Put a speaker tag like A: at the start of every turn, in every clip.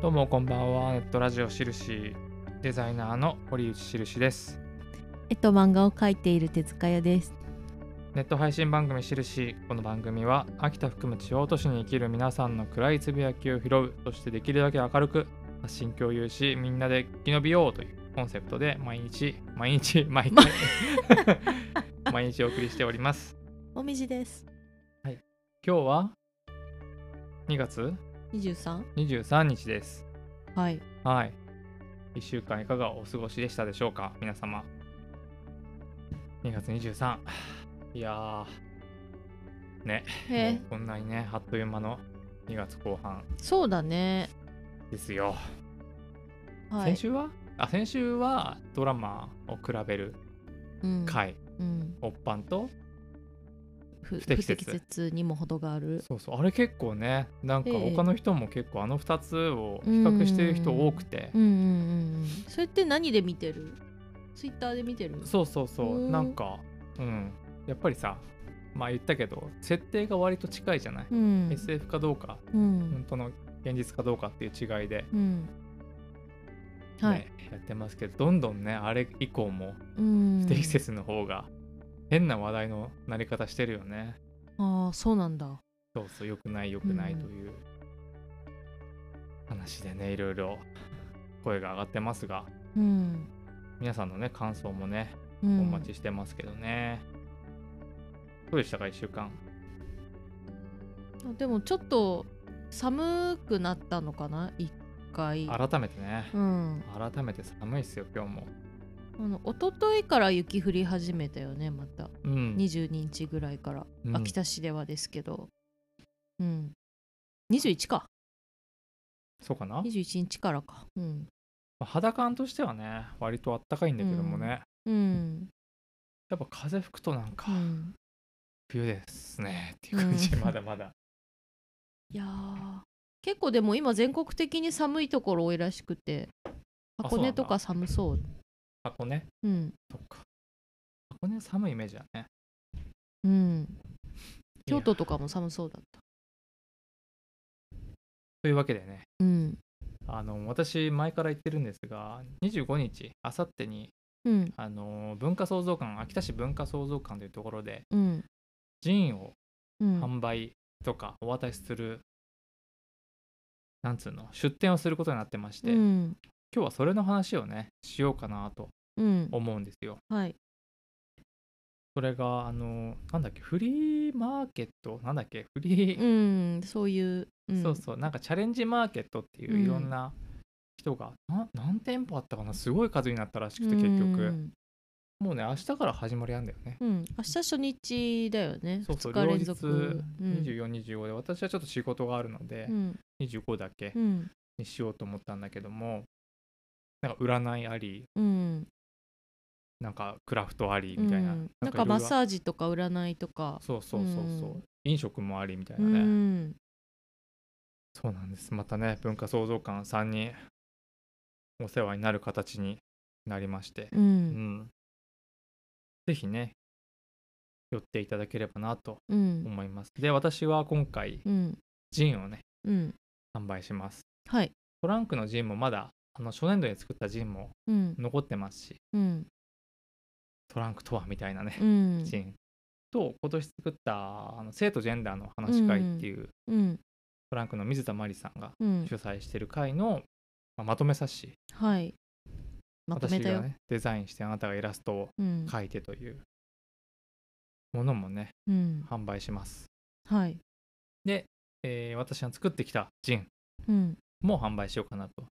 A: どうもこんばんはネットラジオしるしデザイナーの堀内しるしです
B: 絵と漫画を描いている手塚屋です。
A: ネット配信番組しるしこの番組は秋田含む地方都市に生きる皆さんの暗いつぶやきを拾うそしてできるだけ明るく発信共有しみんなで生き延びようというコンセプトで毎日毎日毎回毎日お送りしております
B: もみじです。
A: 今日は2月
B: 二十三。
A: 23日です
B: はい。
A: はい1週間いかがお過ごしでしたでしょうか皆様2月23いやーね
B: へ
A: もうこんなにねあっという間の2月後半
B: そうだね。
A: ですよ、
B: は
A: 先
B: い。
A: 週はあ先週はドラマを比べる
B: うん、
A: 回、
B: うん、
A: おっぱんと
B: ふ
A: 不
B: 不
A: 適
B: 適
A: 切
B: 切にも程がある。
A: そうそうあれ結構ねなんか
B: ええ
A: 他の人も結構あの2つを比較してる人多くて
B: うんうんうんうん。それって何で見てる？ツイッターで見てるの？
A: そうそうそううんなんかうんやっぱりさまあ言ったけど設定が割と近いじゃない、
B: うん。
A: SF かどうか
B: うん
A: 本。当の現実かどうかっていう違いで、ね
B: うん。はい。
A: やってますけどどんどんねあれ以降も
B: うん。
A: 不適。切の方が変な話題のなり方してるよね、
B: ああ、そうなんだ。
A: そうそう良くない良くない
B: うん
A: という話でねいろいろ声が上がってますが
B: うん。
A: 皆さんのね感想もね
B: う
A: お
B: ん、
A: 待ちしてますけどね、どうでしたか1週間
B: あでもちょっと寒くなったのかな一回
A: 改めてね
B: うん
A: 改めて寒いっすよ今日も
B: あの一昨日から雪降り始めたよねまた
A: うん
B: 22日ぐらいから、
A: うん
B: 秋田市ではですけどうん21か
A: そうかな、ま
B: 21日からかうん
A: あ肌感としてはね割とあったかいんだけどもね、
B: んうん、
A: やっぱ風吹くとなんか
B: うん、
A: 冬ですねっていう感じ、
B: うん
A: まだまだ
B: いやー結構でも今全国的に寒いところ多いらしくて
A: あ
B: 箱根とか
A: そ
B: 寒そう
A: 箱根
B: ううん
A: そっか箱根寒いイメージだね
B: うん
A: いや
B: 京都とかも寒そうだった
A: というわけでね
B: うん
A: あの私前から言ってるんですが25日あさってに
B: うん
A: あの文化創造館秋田市文化創造館というところで
B: うん
A: ジーンを
B: うん
A: 販売とかお渡しする、なんつうの出店をすることになってまして、今
B: うん
A: 日はそれの話をねしようかなと
B: うん
A: 思うんですよ
B: はい
A: それがあのなんだっけフリーマーケットなんだっけフリー、
B: うんそういう、うん、
A: そうそうなんかチャレンジマーケットっていう
B: うん
A: いろんな人が、な何店舗あったかなすごい数になったらしくて結局、
B: うん
A: もうね明日から始まりなんだよね、
B: うん、明日初日だよね。
A: そうそう
B: 2日
A: 両
B: 連
A: 日
B: 続。うん
A: 2425で私はちょっと仕事があるので、
B: うん
A: 25だけ
B: うん
A: にしようと思ったんだけどもなんか占いあり
B: うん
A: なんかクラフトあり
B: うん
A: みたいな、
B: なんかマッ
A: ージ
B: サージとか占いとか。
A: そうそうそうそう、
B: うん
A: 飲食もありみたいうなね、
B: ん
A: そうなんですまたね文化創造館さんにお世話になる形になりまして、
B: う
A: うん
B: ん
A: ぜひね寄っていただければなと
B: うん
A: 思いますで私は今回
B: うん
A: ジンをね
B: うん
A: 販売します
B: はい
A: トランクのジンもまだあの初年度に作ったジンも
B: うん
A: 残ってますし
B: うん
A: トランクとはみたいなね
B: う、ん
A: ジンと今年作ったあの生とジェンダーの話し会っていう、
B: うん
A: トランクの水田真理さんが
B: うん
A: 主催してる会の、まあまとめ冊子
B: はいまと
A: 私
B: めた
A: が
B: よ。
A: ねデザインしてあなたがイラストを
B: うん
A: 描いてというものもね
B: うん
A: 販売します、
B: はい
A: えー私が作ってきたジン
B: うん
A: も販売しようかなと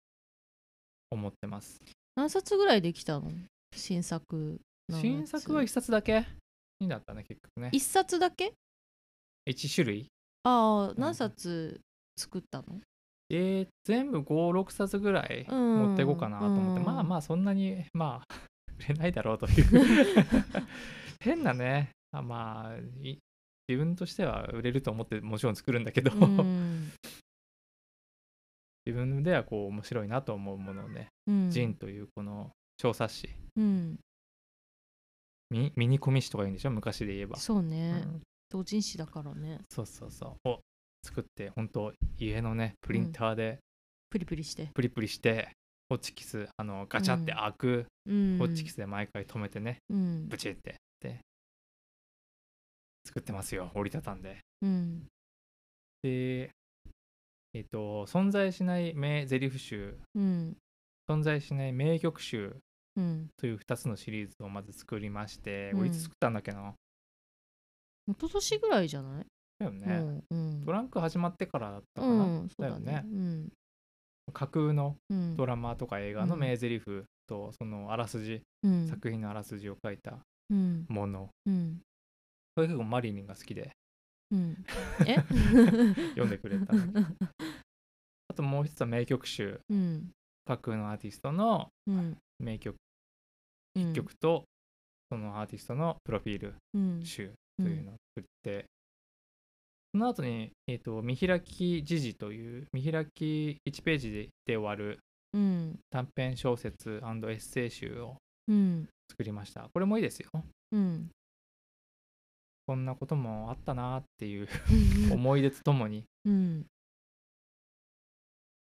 A: 思ってます
B: 何冊ぐらいできたの新作のやつ
A: 新作は1冊だけになったね結局ね
B: 一冊だけ？
A: 1種類
B: ああ
A: うん
B: 何冊作った の？
A: えー全部56冊ぐらい
B: うん
A: 持っていこうかなと思って、
B: うん
A: まあまあそんなにまあ 売れないだろうという 変なねあまあい自分としては売れると思ってもちろん作るんだけど、
B: うん
A: 自分ではこう面白いなと思うものをね
B: うん
A: ジンというこの小冊子
B: うん
A: ミミニコミ誌とか言うんでしょ昔で言えば、
B: そう
A: う
B: ね、
A: ん
B: 同人誌だからね
A: そうそうそうを作って本当家のねプリンターで
B: プリプリして
A: プリプリしてホッチキスあのガチャって開く、
B: うん
A: ホッチキスで毎回止めてね
B: うん
A: ブチってやって作ってますよ折りたたんで
B: うん
A: でえっ、と存在しない名台詞集
B: うん
A: 存在しない名曲集
B: うん
A: という2つのシリーズをまず作りまして、
B: うん
A: これいつ作ったんだっけな
B: 一昨年ぐらいじゃない
A: だよね、
B: もううん
A: トランク始まってからだったかな、
B: うんそう
A: だ
B: だ
A: よね
B: ねうん
A: 架空の
B: うん
A: ドラマとか映画の名台詞とそのあらすじ、
B: うん
A: 作品のあらすじを書いた
B: うん
A: もの
B: うん
A: これ結構マリリンが好きで
B: うんえ
A: 読んでくれた んだけどあともう一つは名曲集
B: うん
A: 架空のアーティストの
B: うん
A: 名曲
B: 一
A: 曲と、そのアーティストのプロフィール
B: うん
A: 集というのを作って、その後に、えー、と見開き時事という見開き1ページで終わる
B: うん
A: 短編小説エッセイ集を
B: うん
A: 作りましたこれもいいですよ
B: うん
A: こんなこともあったなーっていう 思い出とともに
B: うん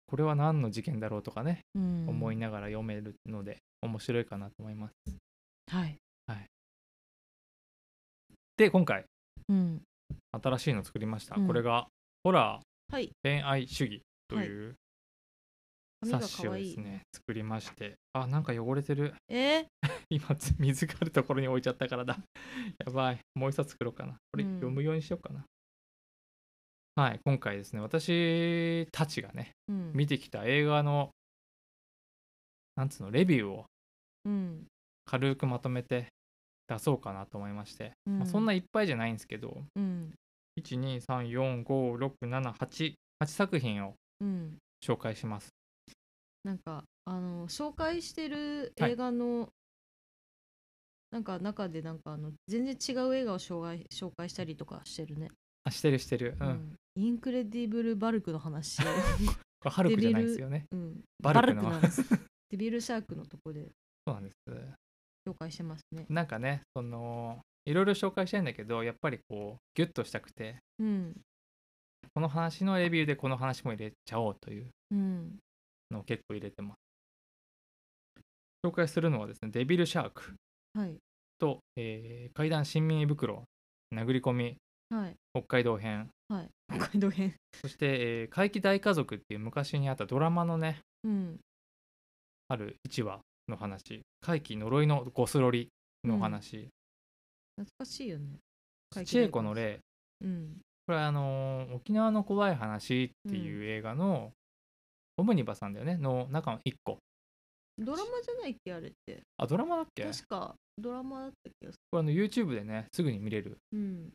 A: これは何の事件だろうとかね、
B: うん
A: 思いながら読めるので面白いかなと思います
B: はい
A: で今回
B: うん
A: 新しいの作りました、
B: うん
A: これがホラ
B: はい
A: ー恋愛主義という
B: 髪が
A: 冊子
B: 可
A: をで
B: 愛
A: す
B: い
A: ね、作りましてあなんか汚れてる
B: え
A: 今つ 水があるところに置いちゃったからだ やばいもう一冊作ろうかなこれ
B: うん
A: 読むようにしようかな、はい今回ですね私たちがね
B: うん
A: 見てきた映画のなんつうのレビューを
B: うん
A: 軽くまとめて出そうかなと思いまして、
B: う
A: まあ、
B: ん
A: そんないっぱいじゃないんですけど
B: うん
A: 123456788作品を
B: うん
A: 紹介します
B: なんかあの紹介してる
A: はい
B: 映画の、なんか中でなんかあの全然違う映画を紹介紹介したりとかしてるね、
A: あしてるしてるうん、こ
B: んインクレディブル・バルク の話、
A: れハルクじゃないですよね
B: うん、
A: バルクの
B: なんですデビル・シャークのとこで
A: そうなんです
B: 紹介してますね
A: なんかねそのいろいろ紹介したいんだけどやっぱりこうギュッとしたくて
B: うん
A: この話のレビューでこの話も入れちゃおうという
B: うん
A: のを結構入れてます紹介するのはですねデビルシャーク
B: はい
A: と、えー怪談新民胃袋殴り込み
B: はい
A: 北海道編
B: はい北海道編
A: そして、えー怪奇大家族っていう昔にあったドラマのね
B: うん
A: ある1話の話怪奇呪いのゴスロリのお話、
B: 懐かしいよね
A: 千恵子の霊
B: うん
A: これはあのー沖縄の怖い話」っていう映画の、オムニバさんだよねの中の1個
B: ドラマじゃないっけあれって
A: あドラマだっけこ
B: 確かドラマだった気がす
A: れあの YouTube でねすぐに見れる
B: るうん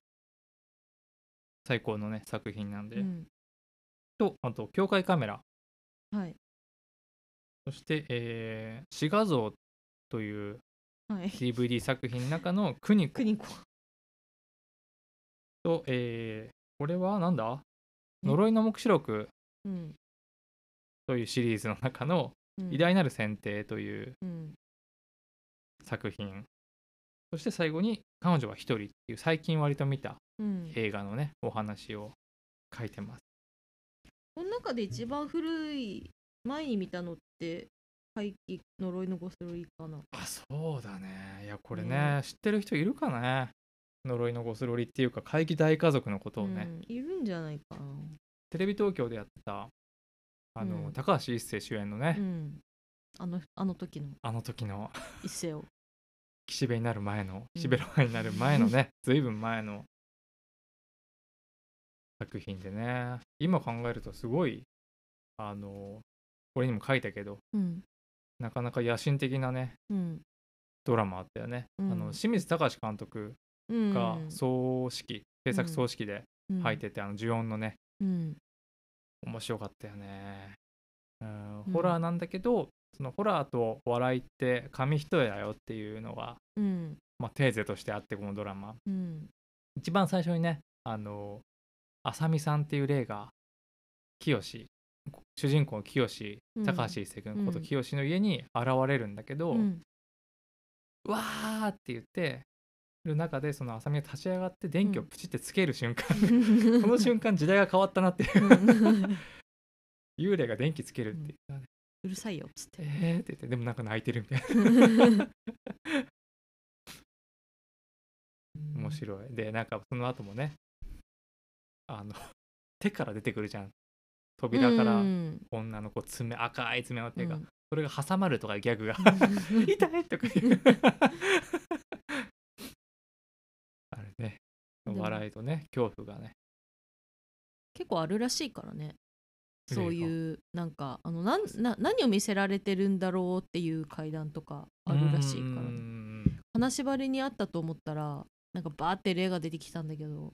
A: 最高のね作品なんで、
B: うん
A: とあと「教会カメラ
B: はい」
A: そして「えー、シガ像」という
B: はい
A: DVD 作品の中の「クニコ
B: 国子」
A: と、えーこれはなんだ
B: え
A: 呪いの黙示録
B: うん
A: というシリーズの中の
B: うん
A: 偉大なる選定という
B: うん
A: 作品そして最後に「彼女は一人」っていう最近割と見た
B: うん、
A: 映画のねお話を書いてます
B: この中で一番古い前に見たのって怪奇呪いのゴスロリかな
A: あそうだねいやこれね
B: ね
A: 知ってる人いるかね呪いのゴスロリっていうか怪奇大家族のことをね、
B: ん、いるんじゃないかな
A: テレビ東京でやったあの、
B: うん
A: 高橋一生主演のね、
B: うんあのあの時の
A: あの時の
B: 一世を
A: 岸辺になる前の
B: うん
A: 岸辺露伴になる前のね、ずいぶん前の作品でね今考えるとすごいあのこれにも書いたけど
B: うん
A: なかなか野心的なね
B: うん
A: ドラマあったよね、
B: うん
A: あの清水隆監督
B: うん
A: が総指揮、制作総指揮で
B: うん
A: 入ってて、あの呪音のね
B: うん
A: 面白かったよね、うん
B: うん
A: ホラーなんだけどそのホラーと笑いって紙一重だよっていうのが、
B: うん
A: まあ、テーゼとしてあってこのドラマ
B: うん
A: 一番最初にねあの浅見さんっていう霊が清主人公の清
B: うん
A: 高橋一生君こと
B: うん
A: 清の家に現れるんだけど、
B: うん
A: うわーって言ってる中でその浅見が立ち上がって電気を プチってつける瞬間、この瞬間時代が変わったなっていう
B: うん
A: 幽霊が電気つけるって言ったね
B: うるさいよっつって
A: えーって言ってでもなんか泣いてるみたいな面
B: い
A: 白いでなんかその後もねあの手から出てくるじゃん扉から女の子爪赤い爪の手が、それが挟まるとかギャグが痛いとか 言うあれね
B: でも
A: 笑いとね恐怖がね
B: 結構あるらしいからね
A: 幽霊が
B: そういうなんかあのなんな何を見せられてるんだろうっていう階段とかあるらしいから、
A: う
B: ね、
A: ん
B: 金縛りにあったと思ったらなんかバーって霊が出てきたんだけど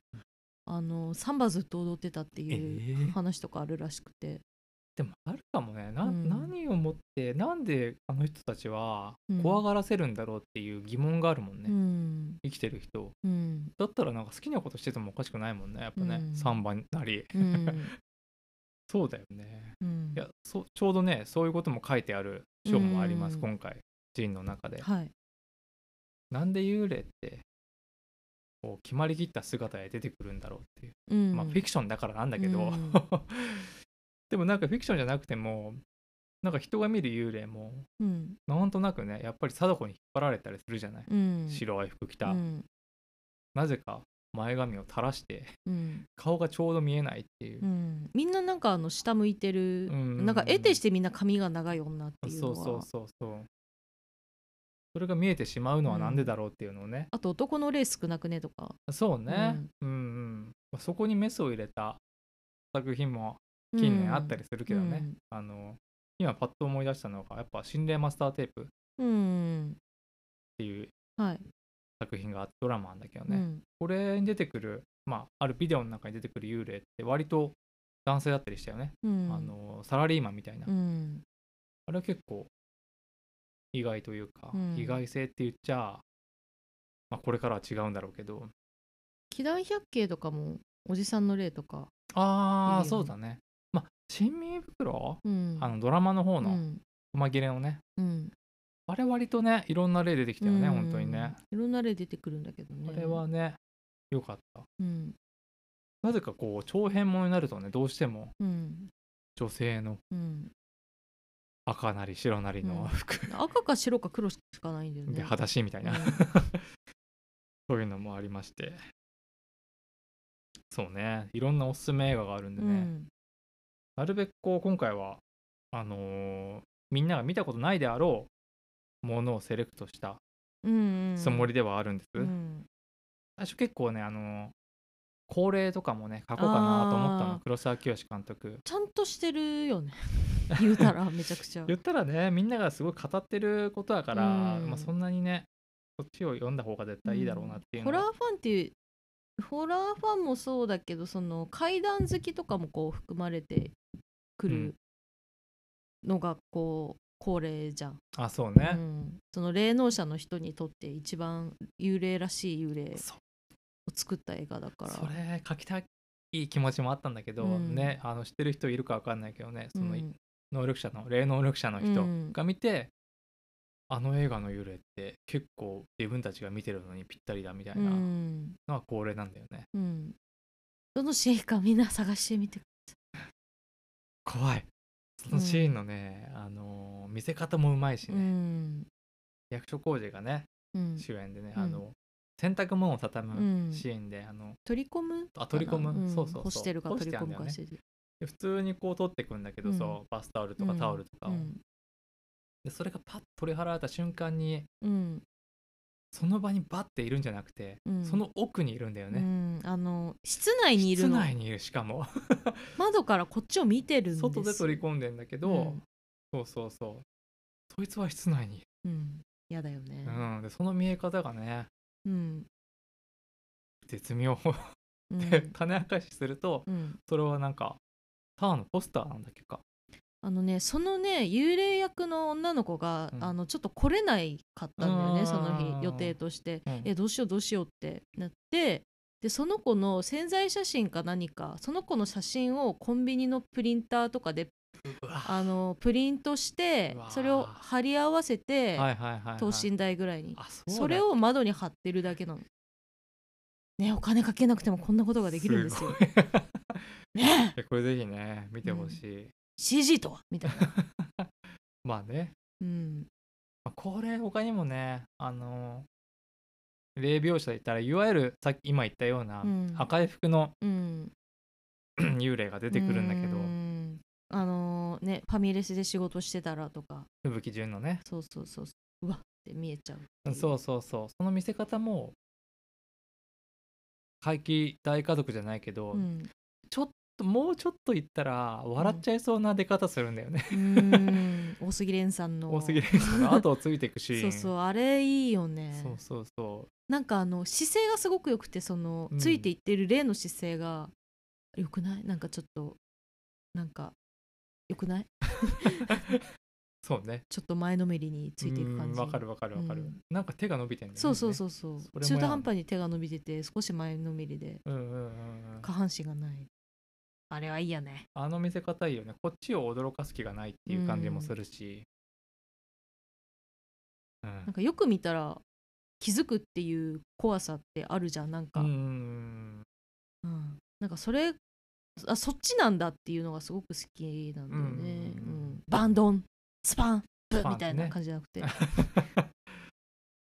B: あのサンバずっと踊ってたって
A: え
B: いう
A: ー
B: 話とかあるらしくて、
A: でもあるかもねな、
B: うん
A: 何をもってなんであの人たちは
B: うん
A: 怖がらせるんだろうっていう疑問があるもんね、
B: うん
A: 生きてる人
B: うん
A: だったらなんか好きなことしててもおかしくないもんねやっぱね、
B: うん
A: サンバになり
B: うん
A: そうだよね
B: うん
A: いやそうちょうどねそういうことも書いてある章もあります、
B: うん
A: 今回ジンの中で、
B: はい
A: なんで幽霊ってこう決まりきった姿で出てくるんだろうっていう、
B: うん
A: まあフィクションだからなんだけど、
B: うん
A: でもなんかフィクションじゃなくてもなんか人が見る幽霊も
B: うん
A: なんとなくねやっぱり貞子に引っ張られたりするじゃない、
B: うん
A: 白い服着た、
B: うん
A: なぜか前髪を垂らして
B: うん
A: 顔がちょうど見えないっていう
B: う、んみんななんかあの下向いてる、
A: うん
B: なんか得てしてみんな髪が長い女っていう
A: そ
B: の
A: う
B: は
A: そうそうそうそれが見えてしまうのはなんでだろうっていうのをね、
B: あと男の霊少なくねとか、
A: そうね、うんうんまあそこにメスを入れた作品も
B: うん
A: 近年あったりするけどね、
B: うん
A: あの今パッと思い出したのがやっぱ「心霊マスターテープ」っ
B: うん
A: ていう
B: はい、
A: 作品があってドラマなんだけど
B: う
A: ね、
B: ん
A: これに出てくるまああるビデオの中に出てくる幽霊って割と男性だったりしたよね、
B: うん、
A: あのサラリーマンみたいな、
B: うん
A: あれは結構意外というか、
B: うん
A: 意外性って言っちゃ、まあ、これからは違うんだろうけど
B: 祈願百景とかもおじさんの霊とか、
A: ああ、
B: いいよね
A: そうだねまあ新耳袋、
B: うん、
A: あのドラマの方
B: う
A: の
B: ん
A: 細切れのね、
B: うん
A: あれ割とねいろんな例出てきたよね、
B: うん
A: 本当にね
B: いろんな霊出てくるんだけどね
A: あれはねよかった
B: うん
A: なぜかこう長編ものになるとねどうしても
B: うん
A: 女性の
B: うん
A: 赤なり白なり
B: う
A: の
B: ん
A: 服、
B: 赤か白か黒しかないんだよね
A: で裸足みたいな、
B: うん
A: そういうのもありましてそうねいろんなおすすめ映画があるんで
B: う
A: ね、
B: ん
A: なるべくこう今回はあのーみんなが見たことないであろうものをセレクトした
B: うんうん
A: つもりではあるんです、
B: うん
A: 最初結構ねあのー恒例とかもね書こうかなと思った
B: あ
A: の
B: ー
A: 黒沢清監督
B: ちゃんとしてるよね 言うたらめちゃくちゃ
A: 言ったらねみんながすごい語ってることだから、
B: うん
A: まあ、そんなにねそっちを読んだ方が絶対いいだろうなっていう
B: ホ
A: の
B: ラー
A: は、
B: ファンっていうホラーファンもそうだけどその怪談好きとかもこう含まれてくるのがこう恒例じゃん、
A: あそう
B: う
A: ね、
B: ん、その霊能者の人にとって一番幽霊らしい幽霊
A: そ
B: を作った映画だから
A: それ書きたい気持ちもあったんだけど、
B: うん
A: ねあの知ってる人いるか分かんないけどねその
B: うん
A: 能力者の霊能力者の
B: う
A: 人
B: ん
A: が見て、あの映画の幽霊って結構自分たちが見てるのにぴったりだみたいうなんのは恒例なんだよね、
B: うんどのシーンかみんな探してみて
A: 怖いそのシーンのね、あのー見せ方もうまいし
B: う
A: ね、
B: ん
A: 役所広司がね
B: うん
A: 主演でね、
B: うん
A: あの洗濯物を畳
B: う
A: む
B: ん
A: シーンで、あの
B: 取り込む
A: あ取り込む、
B: うん
A: そうそうそう
B: 干してるか
A: 干
B: 取
A: し
B: り
A: てあ
B: 込
A: んだ
B: む
A: よ
B: か
A: ね
B: してる
A: で普通にこう取ってくんだけど、
B: うん
A: そうバスタオルとか
B: うん
A: タオルとかを、
B: うん
A: でそれがパッと取り払われた瞬間に
B: うん
A: その場にバッているんじゃなくて、
B: うん
A: その奥にいるんだよ
B: う
A: ね、
B: ん、あの室内にいる
A: 室
B: の
A: 内にいるしかも
B: 窓からこっちを見てるんです
A: 外で取り
B: 込
A: 込んでんだけど、
B: うん
A: そうそうそうそいつは室内にいる、
B: む、うん、やだよね
A: うん、でその見え方がね
B: うん
A: 絶妙
B: う ん
A: で種明かしすると
B: うん
A: それはなんかターのポスターなんだっけか
B: あのねそのね幽霊役の女の子が、
A: うん
B: あのちょっと来れないかったんだよ
A: う
B: ね
A: ん
B: その日予定として、
A: うん
B: えどうしようどうしようってなってでその子の潜在写真か何かその子の写真をコンビニのプリンターとかで
A: うわ
B: あのプリントして
A: うわー
B: それを貼り合わせて、
A: はいはいはい、はい、
B: 等身大ぐらいに
A: あそうだ
B: それを窓に貼ってるだけなの。ねお金か けなくてもこんなことができるんですよ。
A: ごい
B: ね
A: えこれぜひね見てほしい、
B: CG とはみたいな、
A: まあね、
B: うん、
A: まあこれ他にもねあの霊描写で言ったらいわゆるさっき今言ったような
B: うん
A: 赤い服の
B: うん、
A: 幽霊が出てくるんだけど
B: うんあのーねファミレスで仕事してたらとか
A: 吹雪純のね
B: そうそうそうそううわって見えちゃうっていう
A: そうそうそうその見せ方も怪奇大家族じゃないけど、
B: うん、
A: ちょっともうちょっと言ったら笑っちゃいそうな出方するんだよね、
B: うーん大杉蓮さんの
A: 大杉蓮さ んが後をついていくシー
B: そ
A: ン
B: うそうあれいいよね
A: そうそうそ
B: なんかあの姿勢がすごくよくてその、
A: うん
B: ついていってる霊の姿勢がよくないなんかちょっとなんかよくない
A: そうね
B: ちょっと前のめりについていく感
A: うん
B: じ
A: わかるわかるわかる、
B: うん
A: なんか手が伸びてんだよね
B: そうそう
A: う
B: そうそう、
A: それも嫌
B: 中
A: な
B: 途半端に手が伸びてて少し前のめりで
A: うんうんうんうん
B: 下半身がないあれはいいやね
A: あの見せ方いいよねこっちを驚かす気がないっていう感じもするし、うん
B: なんかよく見たら気づくっていう怖さってあるじゃんなんか、
A: うんうんうん
B: うん、なんかそれあそっちなんだっていうのがすごく好きなんだよね、
A: う
B: うんん
A: うんうん
B: バンドンスパンブ
A: スパン
B: ッ
A: ね
B: みたいな感じじゃなく て、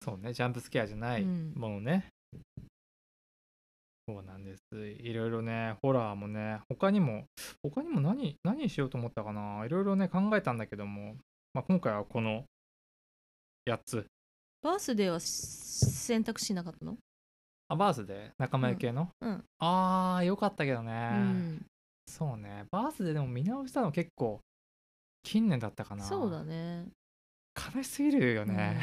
A: そうねジャンプスケアじゃない
B: うん
A: ものね、そうなんですいろいろねホラーもね他にも他にも何何しようと思ったかないろいろね考えたんだけども、まあ、今回はこの8つ
B: バースデーは選択肢なかったの
A: あバースで仲間由紀恵の、
B: うんうん
A: あーよかったけどね、
B: うん、
A: そうねバースででも見直したの結構近年だったかな
B: そうだね
A: 悲しすぎるよね、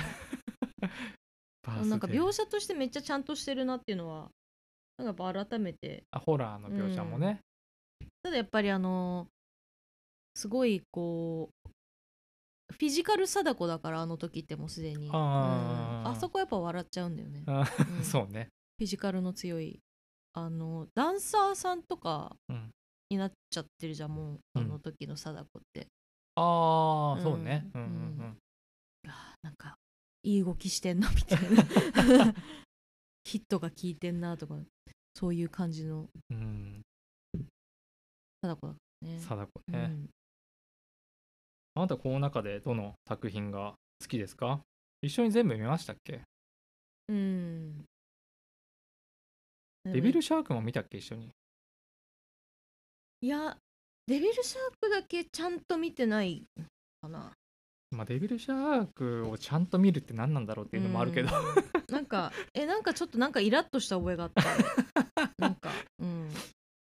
A: バー
B: う
A: ス
B: ん、
A: デ
B: なんか
A: ー
B: 描写としてめっちゃちゃんとしてるなっていうのはなんかやっぱ改めて
A: あホラーの描写もね、
B: ただやっぱりあのすごいこうフィジカル貞子だからあの時ってもうすでに
A: あー
B: うんあそこやっぱ笑っちゃうんだよね、
A: あ
B: うん
A: そうね
B: フィジカルの強いあのダンサーさんとか
A: うん
B: になっちゃってるじゃんもう
A: うん
B: あの時の貞子って、
A: ああ、
B: うん
A: そうねうんうんう
B: うんあーなんかいい動きしてんなみたいな ヒットが効いてんなとかそういう感じの
A: うん、
B: 貞子だからね
A: 貞子
B: う
A: ね、
B: ん
A: あなたこの中でどの作品が好きですか一緒に全部見ましたっけ
B: うん
A: デビルシャークも見たっけ一緒に
B: いやデビルシャークだけちゃんと見てないかな
A: まあデビルシャークをちゃんと見るって何なんだろうっていうのもあるけど、
B: うんな んかえなんかちょっとなんかイラッとした覚えがあったなんかうん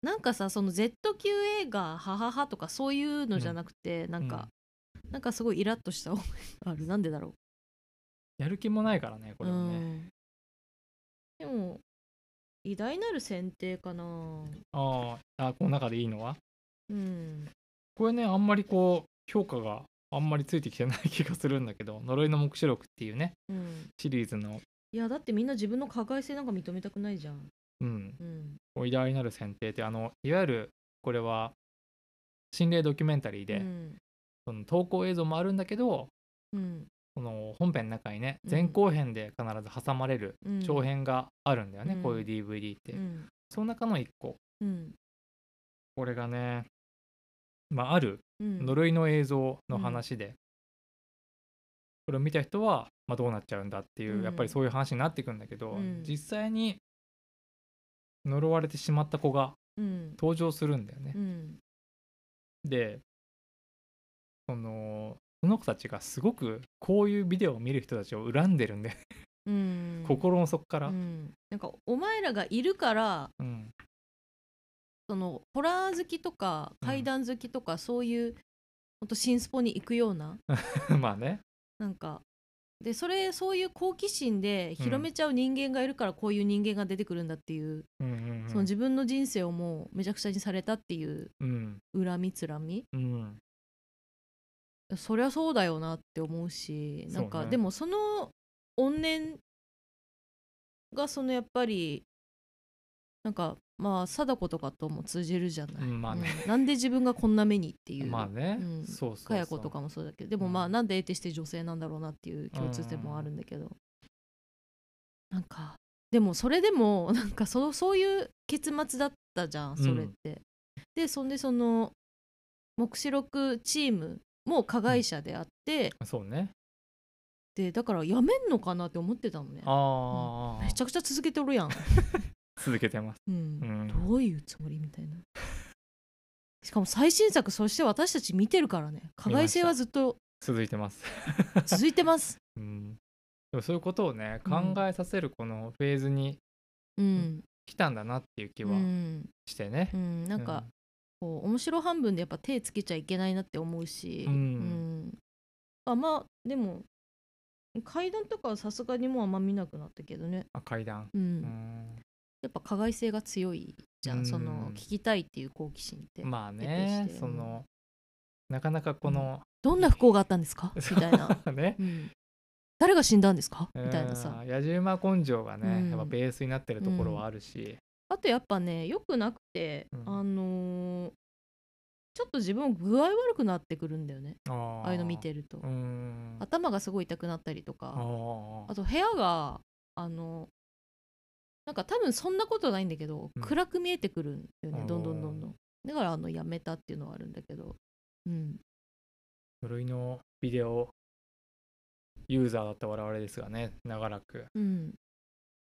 B: なんかさその Z 級映画「ははは」とかそういうのじゃなくて、な んか、なんかすごいイラッとした覚えがあるなんでだろう
A: やる気もないからねこれはね、
B: うん、でも偉大なる選定かな
A: あーあこの中でいいのは
B: うん
A: これねあんまりこう評価があんまりついてきてない気がするんだけど「 呪いの黙示録」っていうね
B: うん
A: シリーズの、
B: いやだってみんな自分の加害性なんか認めたくないじゃん
A: うん、
B: うん
A: 偉大なる選定ってあのいわゆるこれは心霊ドキュメンタリーで、
B: うん
A: その投稿映像もあるんだけど
B: うん
A: その本編の中にね
B: うん
A: 前後編で必ず挟まれる
B: うん
A: 長編があるんだよね、
B: うん
A: こういう DVD って、
B: うん
A: その中の1個
B: うん
A: これがね、まあ、ある
B: うん
A: 呪いの映像の話で、これを見た人は、まあ、どうなっちゃうんだっていう、
B: うん
A: やっぱりそういう話になってくんだけど、
B: うん
A: 実際に呪われてしまった子が
B: うん
A: 登場するんだよね
B: う。ん
A: でそのその子たちがすごくこういうビデオを見る人たちを恨んでるんで、
B: うん
A: 心の底から、う
B: うんん、なんかお前らがいるからそのホラー好きとか
A: うん
B: 怪談好きとか、そういうほんと新スポに行くような
A: まあね
B: なんかでそれそういう好奇心で広めちゃう人間がいるからこういう人間が出てくるんだっていう、
A: うんうんうん
B: その自分の人生をもうめちゃくちゃにされたっていう
A: うん
B: 恨みつらみ
A: うん
B: そりゃそうだよなって思うしなん
A: そう
B: か
A: ね
B: でもその怨念がそのやっぱりなんかまあ貞子とかとも通じるじゃない、
A: うんまあね
B: うんなんで自分がこんな目にっていう
A: まあね、
B: うん
A: そうそうそう
B: かや子とかもそうだけどでもまあ
A: うん
B: なんで得てして女性なんだろうなっていう共通点もあるんだけど、なんかでもそれでも なんかそうそういう結末だったじゃんそれって。でそんでその黙示録チームも加害者であって、
A: そうね
B: でだからやめんのかなって思ってたのね
A: ああ、
B: めちゃくちゃ続けてるやん、
A: 続けてます
B: う
A: うんん
B: どういうつもりみたいなしかも最新作そして私たち見てるからね加害性はずっと
A: 続いてます、
B: 続いてます
A: うん、でもそういうことをね
B: う
A: 考
B: ん
A: えさせるこのフェーズに
B: うん
A: 来たんだなっていう気
B: う
A: は
B: ん、
A: してね
B: う、ん、なんか、こう面白半分でやっぱ手つけちゃいけないなって思うし、
A: うん
B: んあまあでも階段とかはさすがにもうあんま見なくなったけどね、
A: あ階段、
B: うん
A: うん
B: やっぱ加害性が強いじゃん、
A: うん
B: その聞きたいっていう好奇心って、
A: まあ
B: 徹底
A: ね
B: して
A: そのなかなかこの、
B: どんな不幸があったんです かみたいな、
A: ね
B: うん、誰が死んだんですかみたいなさ
A: うん野次馬根性がね、
B: うん
A: やっぱベースになってるところはあるし、
B: あとやっぱねよくなくて、
A: うん
B: あのーちょっと自分も具合悪くなってくるんだよね
A: あ
B: ああいうの見てると、
A: るうん
B: 頭がすごい痛くなったりとか、
A: あ
B: あと部屋があのなんか多分そんなことないんだけど、
A: うん
B: 暗く見えてくるんだよね
A: あー
B: どんどんどんどんだからあのやめたっていうのはあるんだけどうん
A: 無類のビデオユーザーだった我々ですがね長らく
B: うん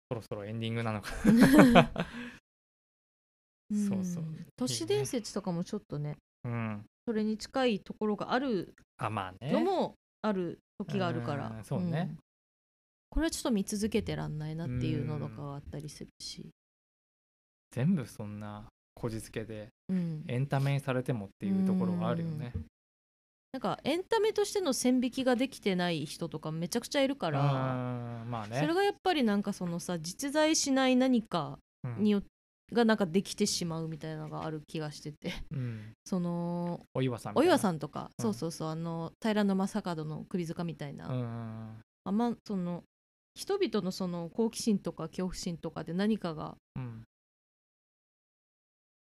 A: そ ろそろエンディングなのか
B: ん
A: そうそう
B: 都市伝説とかもちょっとね
A: なうん
B: それに近いところがある
A: あまあね
B: のもある時があるから、
A: うんそうね
B: んこれはちょっと見続けてらんないなっていうのとかがあったりするし、
A: 全部そんなこじつけで
B: うん、
A: エンタメにされてもっていうところがあるよね
B: なんかエンタメとしての線引きができてない人とかめちゃくちゃいるから、
A: うんまあね
B: それがやっぱりなんかそのさ実在しない何か
A: うん
B: によがなんかできてしまうみたいなのがある気がして て
A: うん
B: その
A: お岩さんみ
B: お
A: たいな
B: 岩さんとか、
A: うん
B: そうそうそうあの平野正門の首塚みたいな、
A: うん
B: あんまその人々のその好奇心とか恐怖心とかで何かが
A: うん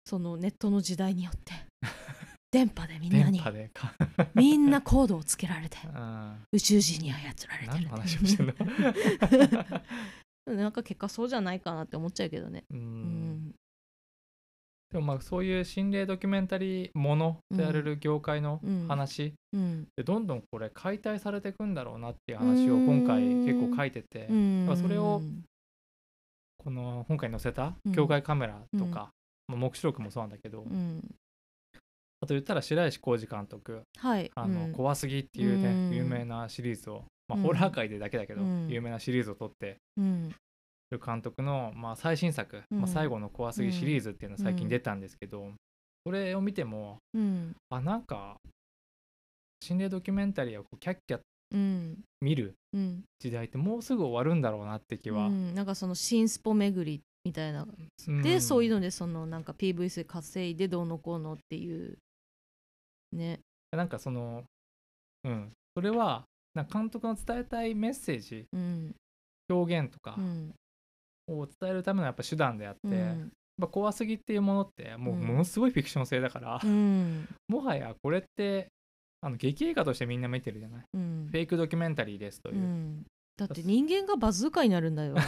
B: そのネットの時代によって 電波でみんな
A: 電
B: に
A: 波でか
B: みんなコードをつけられて
A: うん
B: 宇宙人に操られてる
A: 何の話をしてんの
B: なんか結果そうじゃないかなって思っちゃ うけどね。
A: う
B: うんん。
A: でもまあそういう心霊ドキュメンタリーものとやれる業界の
B: うん
A: 話
B: うん。
A: でどんどんこれ解体されていくんだろうなっていう話を今回結構書いてて
B: うん
A: まあそれをこの今回載せた
B: うん
A: 境界カメラとか、まあ目視録もそうなんだけど
B: うん。
A: あと言ったら白石浩二監督
B: はい。
A: あの、
B: うん
A: 怖すぎっていうね、
B: うん
A: 有名なシリーズを、まあ、
B: うん
A: ホラー界でだけだけど、
B: うん
A: 有名なシリーズを撮って
B: うん。
A: る監督の、まあ、最新作、
B: うん
A: まあ、最後の怖すぎシリーズっていうのが最近出たんですけど、それを見ても
B: うん。
A: あなんか心霊ドキュメンタリーをこうキャッキャ
B: うん。
A: 見る
B: うん。
A: 時代ってもうすぐ終わるんだろうなって気は、
B: うんなんかその新スポ巡りみたいな。で、
A: ん
B: そういうのでそのなんか PV 数稼いでどうのこうのっていうね。
A: なんかそのうんそれはなんか監督の伝えたいメッセージ
B: うん。
A: 表現とか
B: うん。
A: を伝えるためのやっぱ手段であって、
B: う
A: やっ
B: ん。
A: ぱ怖すぎっていうものってもう
B: うん
A: ものすごいフィクション性だから、
B: うん。
A: もはやこれってあの劇映画としてみんな見てるじゃない
B: う ん
A: フェイクドキュメンタリーですというう、
B: ん。だって人間がバズーカになるんだよ。あ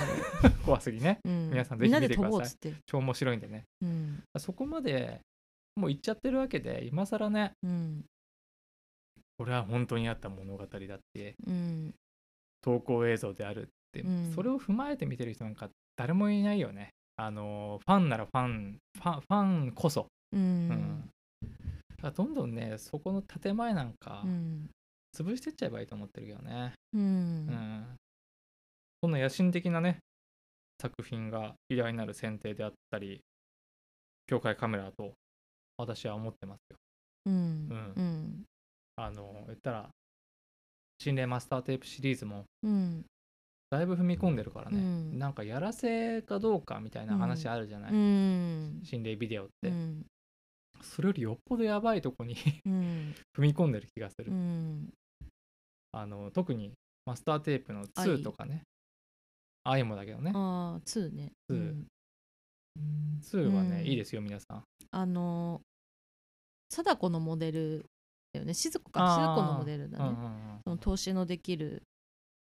B: れ
A: 怖すぎね
B: うん
A: 皆さんぜひ
B: みんなで
A: 見てく
B: 飛
A: ださ
B: ぼ
A: いう
B: っつって。
A: 超面白いんでね
B: うん。
A: そこまでもう行っちゃってるわけで今更ね
B: うん。
A: これは本当にあった物語だって
B: うん。
A: 投稿映像であるって、
B: うん
A: それを踏まえて見てる人なんか誰もいないよねあのファンならファンファンファンこそ、
B: う
A: うん
B: ん。
A: だからどんどんねそこの建前なんか
B: うん。
A: 潰してっちゃえばいいと思ってるけどね、
B: う
A: うん
B: ん。
A: そんな野心的なね作品が依頼になる選定であったり教会カメラと私は思ってますよ
B: うん。
A: うん
B: うん。
A: あの言ったら心霊マスターテープシリーズも
B: うん。
A: だいぶ踏み込んでるからね、
B: うん
A: なんかやらせかどうかみたいな話あるじゃない、
B: うん。
A: 心霊ビデオって、
B: うん。
A: それよりよっぽどやばいとこに 踏
B: うん。
A: み込んでる気がする、
B: うん。
A: あの特にマスターテープの
B: 愛
A: 2とかね愛もだけどね
B: ああ、ツーね。
A: ツー
B: うん
A: 2はね、
B: うん
A: いいですよ皆さん
B: あのー、貞子のモデルだよね。静子か。
A: あー
B: 静子のモデルだ
A: うんう
B: ね。
A: ん
B: その投資のできる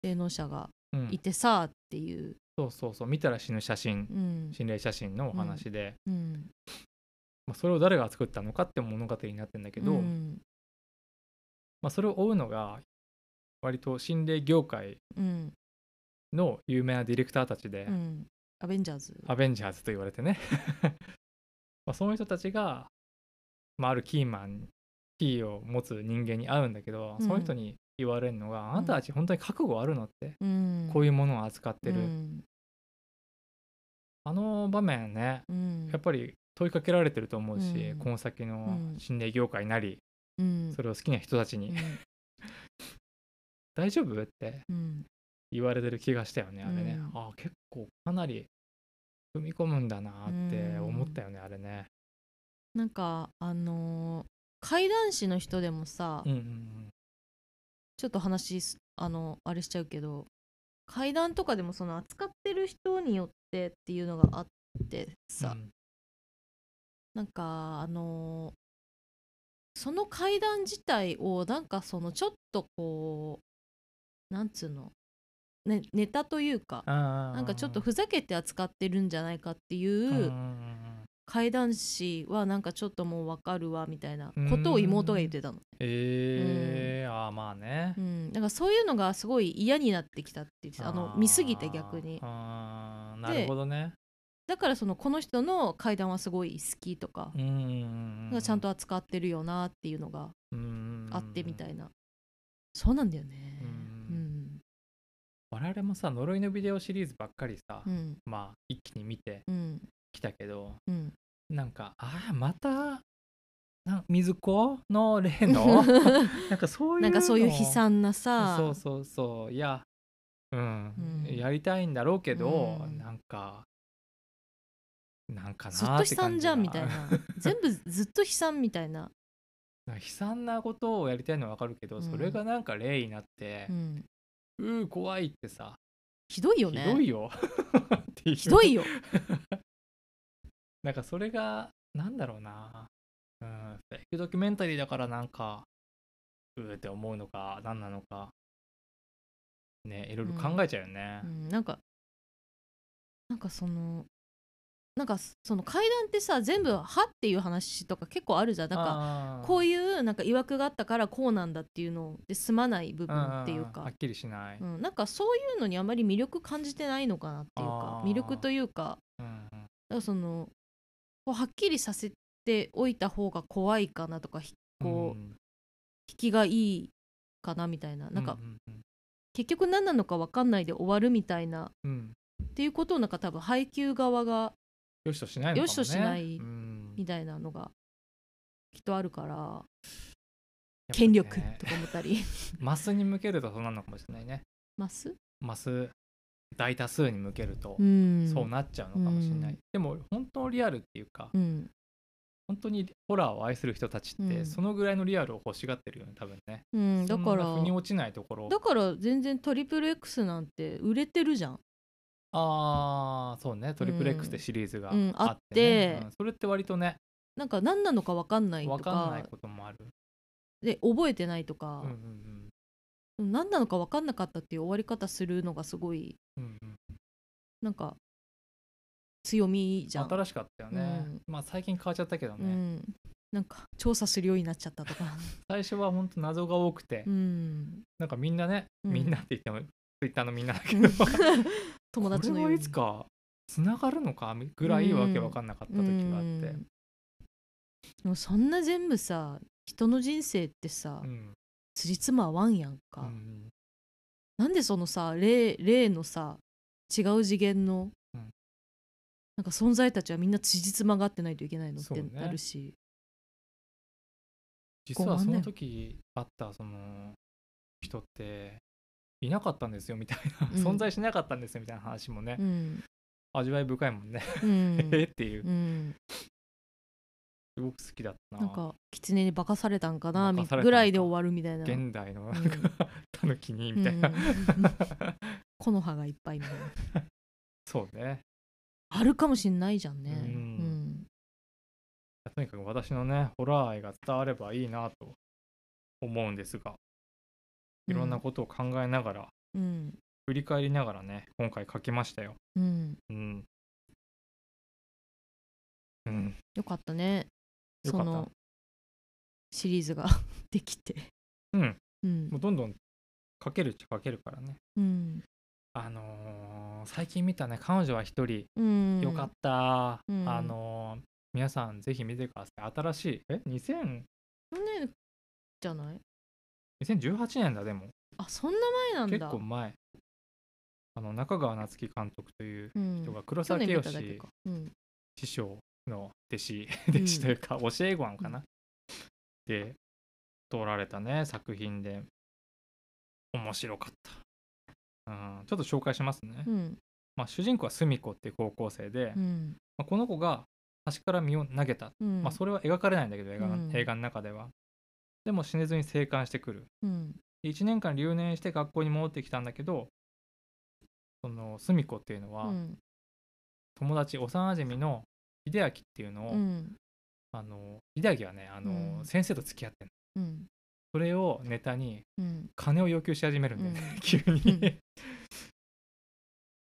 B: 霊能者が
A: うんうん
B: いてさあっていう。
A: そうそうそう見たら死ぬ写真
B: うん。
A: 心霊写真のお話で、
B: うん。
A: まあ、それを誰が作ったのかって物語になってるんだけど、
B: うん
A: まあ、それを追うのが割と心霊業界
B: うん
A: の有名なディレクターたちで、
B: うん、アベンジャーズ
A: アベンジャーズと言われてね まあその人たちが、まあ、あるキーマンキーを持つ人間に会うんだけど、
B: うん
A: その人に言われるのが「あなたたち本当に覚悟あるの?」って、
B: うん、
A: こうい
B: い
A: うものを扱ってる、
B: うん
A: あの場面ね
B: うん、
A: やっぱり問いかけられてると思うし、
B: うん
A: この先の
B: うん
A: 心霊業界なり、
B: うん
A: それを好きな人たちに「大丈夫?」って
B: うん
A: 言われてる気がしたよねあれね、
B: うん
A: ああ結構かなり踏み込むんだなって思ったよね、あれね。
B: なんかあのー怪談師の人でもさ、
A: うんうんうん
B: ちょっと話すあのあれしちゃうけど怪談とかでもその扱ってる人によってっていうのがあってさ、
A: うん
B: なんかあのーその怪談自体をなんかそのちょっとこうなんつうの、ね、ネタというか
A: な
B: なんかちょっとふざけて扱ってるんじゃないかっていう怪談師はなんかちょっともうわかるわみたいなことを妹が言ってたの。
A: ええーあーまあね
B: う。ん、なんかそういうのがすごい嫌になってきたって言ってたあの
A: ー
B: 見すぎて逆に
A: あーなるほどね。
B: だからそのこの人の怪談はすごい好きとか
A: う、んうんう
B: なん
A: ん。
B: かちゃんと扱ってるよなっていうのがあ
A: あ
B: ってみた
A: い。
B: いな、そうなんだよね
A: う我々もさ呪いのビデオシリーズばっかりさ、
B: うんうん
A: まあ一気に見て
B: うん
A: きたけど
B: うん
A: なんかああまたな水子の例 のなんかそういう
B: なんかそういう
A: の
B: 悲惨なさ
A: そうそうそういやうん、
B: うん
A: やりたいんだろうけど、
B: うん
A: なんかなんかな
B: ずっと悲
A: て感
B: 惨じゃんみたい
A: が
B: な全部ずっと悲惨みたいな、
A: なんか悲惨なことをやりたいのはわかるけど、
B: うん
A: それがなんか例になって
B: う、ん、
A: うー怖いってさ
B: ひどいよ
A: ひ
B: ね
A: どいよ っていう
B: ひどいよ
A: なんかそれがなんだろうなうんフェイクドキュメンタリーだからなんかうーって思うのか何なのかねいろいろ考えちゃうよね、
B: うん、なんかなんかそのなんかその階段ってさ全部「は」っていう話とか結構あるじゃんなん
A: か
B: かこう
A: いう
B: いうなんか曰くがあったからこうなんだっていうので済まない部分っていう
A: は
B: か
A: っ、きりしない、
B: う
A: うん
B: ん、なんかそういうのにあまり魅力感じてないのかなっていうか
A: あー
B: 魅力というか
A: うん
B: だからそのこうはっきりさせておいた方が怖いかなとかひこう、
A: ん
B: 引きがいいかなみたいななんか、
A: ううん
B: 結局何なのか分かんないで終わるみたいな
A: うんうん
B: っていうことをなんか多分配給側が
A: よしとしないのかもね
B: よしとしない
A: うん
B: みたいなのがきっとあるから
A: やっぱ
B: 権力
A: ね
B: とか思ったり
A: マスに向けるとそうなのかもしれないね
B: ます
A: マス大多数に向けると
B: うん
A: そうなっちゃうのかもしれない、
B: うん
A: でも本当のリアルっていうか、
B: うん
A: 本当にホラーを愛する人たちって、
B: うん
A: そのぐらいのリアルを欲しがってるよね多分ね、
B: うん、だから
A: そんな腑に落ちないところ
B: だから全然トリプル X なんて売れてるじゃん
A: ああそうねトリプル X ってシリーズが
B: う
A: あ
B: ん
A: って,、
B: あって
A: うんそれって割とね
B: なんか何なのか分かんないと
A: 分
B: か
A: かんないこともある、
B: で覚えてないと
A: う
B: か
A: んう、ん
B: 何なのか分かんなかったっていう終わり方するのがすごい
A: うんうんうん
B: なんか強みじゃん、
A: 新しかったよね、
B: うん
A: まあ最近変わっちゃったけど
B: う
A: ね、
B: ん、なんか調査するようになっちゃった とか、
A: 最初は本当謎が多くて、
B: うん、
A: なんかみんなね、
B: うん
A: みんなって言って も Twitter のみんなだけ
B: う
A: ど
B: ん 友達の
A: こ
B: よ
A: れは
B: うに
A: いつか繋がるのかみぐらいわけわかんなかった時があっ
B: うん
A: て
B: で、もそんな全部さ人の人生ってさ、
A: うん
B: つじつま合わんやんか、
A: うん
B: なんでそのさ例例のさ違う次元の、
A: うん
B: なんか存在たちはみんなつじつまが合ってないといけないのっ
A: そう
B: て
A: ね
B: なる し
A: 実は
B: ごまん
A: そ
B: ね
A: の時あったその人っていなかったんですよみたいな、
B: うん
A: 存在しなかったんですよみたいな話もね、
B: うん
A: 味わい深いもんね、
B: う
A: え
B: ん、
A: っていう
B: うん、
A: すごく好きだったな
B: なんか狐に化かされたんかな
A: 化か
B: み
A: されたんか
B: ぐらいで終わるみたいな。
A: 現代 の
B: う
A: なんんかタヌキにみたいな、
B: うん 木の葉がいっぱいみたいな
A: そうね
B: あるかもしんないじゃんね、
A: うん
B: うん
A: とにかく私のねホラー愛が伝わればいいなと思うんですがいろんなことを考えながら、
B: うん
A: 振り返りながらね今回書きましたよ
B: うん、
A: うんうん
B: よかったね
A: よか
B: そ
A: った
B: のシリーズが できて、
A: うん
B: うん
A: もうどんどん書けるっちゃ書けるからね
B: うん
A: あのー最近見たね彼女は一人
B: うん、
A: よかった、
B: うん
A: あのー皆さんぜひ見てください新しいえ2000
B: 去年じゃない
A: 2018年だでも
B: あそんな前なんだ
A: 結構前あの中川夏樹監督という
B: うん
A: 人が黒
B: 去
A: 沢
B: 年見
A: 清
B: ただけか、うん
A: 師匠の弟子
B: ん
A: 弟子というか教え子なのかな、で撮られたね作品で面白かった、うん、ちょっと紹介しますね、
B: うん
A: まあ、主人公は澄子っていう高校生で、
B: うん
A: まあ、この子が端から身を投げた、
B: うん
A: まあ、それは描かれないんだけど映画,、
B: うん
A: 映画の中ではでも死ねずに生還してくる
B: うん
A: 1年間留年して学校に戻ってきたんだけどその澄子っていうの
B: う
A: は、
B: ん
A: 友達幼馴染の秀明っていうのを、
B: うん
A: あの秀明はねあの、
B: うん
A: 先生と付き合ってる
B: うん
A: それをネタに
B: うん
A: 金を要求し始めるんだよね、
B: う ん
A: 急に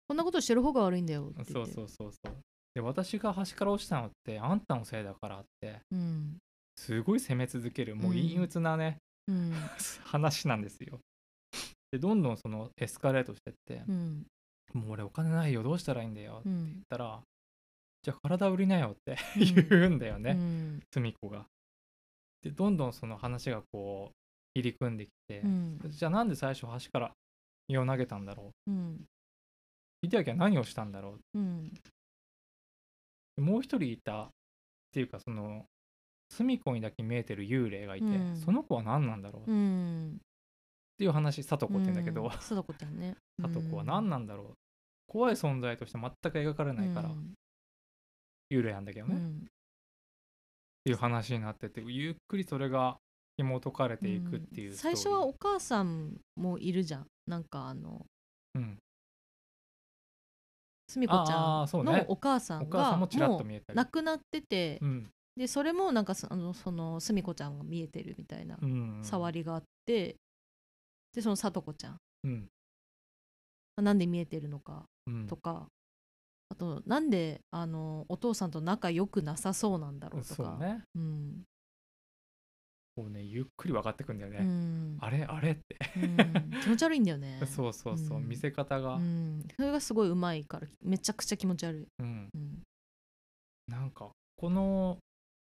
B: こんなことしてる方が悪いんだよって
A: そ
B: 言っ
A: う
B: て
A: そうそうそうで私が端から落ちたのってあんたのせいだからって
B: うん
A: すごい責め続けるもう陰鬱なね、
B: うん
A: 話なんですよでどんどんそのエスカレートしてって
B: うん
A: 「もう俺お金ないよどうしたらいいんだよ」って
B: う
A: 言っ
B: ん
A: たら「じゃあ体売りなよ」って
B: うん
A: 言うんだよ
B: う
A: ね
B: ん
A: 澄、子が。でどんどんその話がこう入り組んできて、
B: うん
A: じゃあなんで最初橋から身を投げたんだろ
B: うん
A: う秀明は何をしたんだろ
B: うん
A: うもう一人いたっていうかその澄子にだけ見えてる幽霊がいて、
B: うん
A: その子は何なんだろうっ
B: うん
A: ていう話聡子って言うんだけど、
B: 貞子って ね
A: サトコは何なんだろう、怖い存在として全く描かれないから、
B: うん
A: 幽霊なんだけどね、
B: う
A: っ
B: ん
A: ていう話になっててゆっくりそれが紐解かれていくっていう、
B: ん最初はお母さんもいるじゃんなんかあの
A: うん、
B: すみこち
A: あ
B: ゃ
A: ーそうんね
B: のお母さ
A: お
B: ん
A: 母さ
B: が
A: んもちらっ
B: も
A: と
B: う
A: 見えたり
B: 亡くなってて
A: うん
B: でそれもなんかそあのそのすみこちゃんが見えてるみたいな
A: うん
B: 触りがあってでそのさとこちゃん
A: うん
B: あなんで見えてるのか
A: うん
B: とかあとなんであのお父さんと仲良くなさそうなんだろうと
A: そ
B: か
A: うね
B: うん
A: こうねゆっくり分かってくんだよね、
B: うん
A: あれあれって、
B: うん気持ち悪いんだよね
A: そうそうそう、
B: うん
A: 見せ方が、う
B: うんんそれがすごいうまいからめちゃくちゃ気持ち悪いうん
A: なんかこの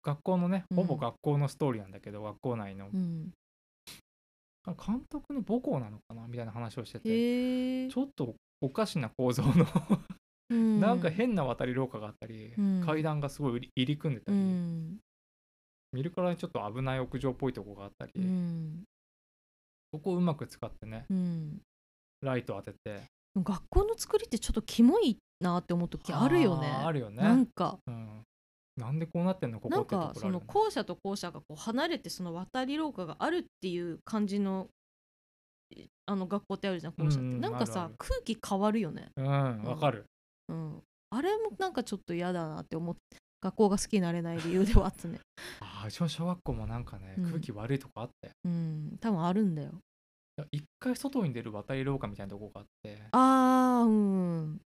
A: 学校のね
B: うん
A: ほぼ学校のストーリーなんだけど、学校内の
B: うん
A: 監督の母校なのかなみたいな話をしてて、
B: へえ
A: ちょっとおかしな構造のなんか
B: な
A: 変な渡り廊下があったり、
B: うん
A: 階段がすごい入り入り組んでたり、
B: うん
A: 見るからにちょっと危ない屋上っぽいとこがあったり、
B: うん
A: そこをうまく使ってね
B: うん
A: ライト当てて
B: 学校の作りってちょっとキモいなって思う時あるよね
A: ーあるよね
B: なんか
A: うん、なんでこうなってんのここ
B: な
A: っ
B: ん
A: てところ
B: か
A: ある
B: そ
A: よね
B: の校舎と校舎がこう離れてその渡り廊下があるっていう感じのいあの学校ってあるじゃん校舎って、
A: うんうん
B: なんかさ
A: あるある
B: 空気変わるよね、
A: うんわかる、
B: うん、あれもなんかちょっと嫌だなって思って学校が好きになれない理由ではあったね
A: ああうちの小学校もなんかね
B: うん
A: 空気悪いとこあったよ、
B: うん多分あるんだよ
A: いや一回外に出る渡り廊下みたいなとこがあって
B: あーうん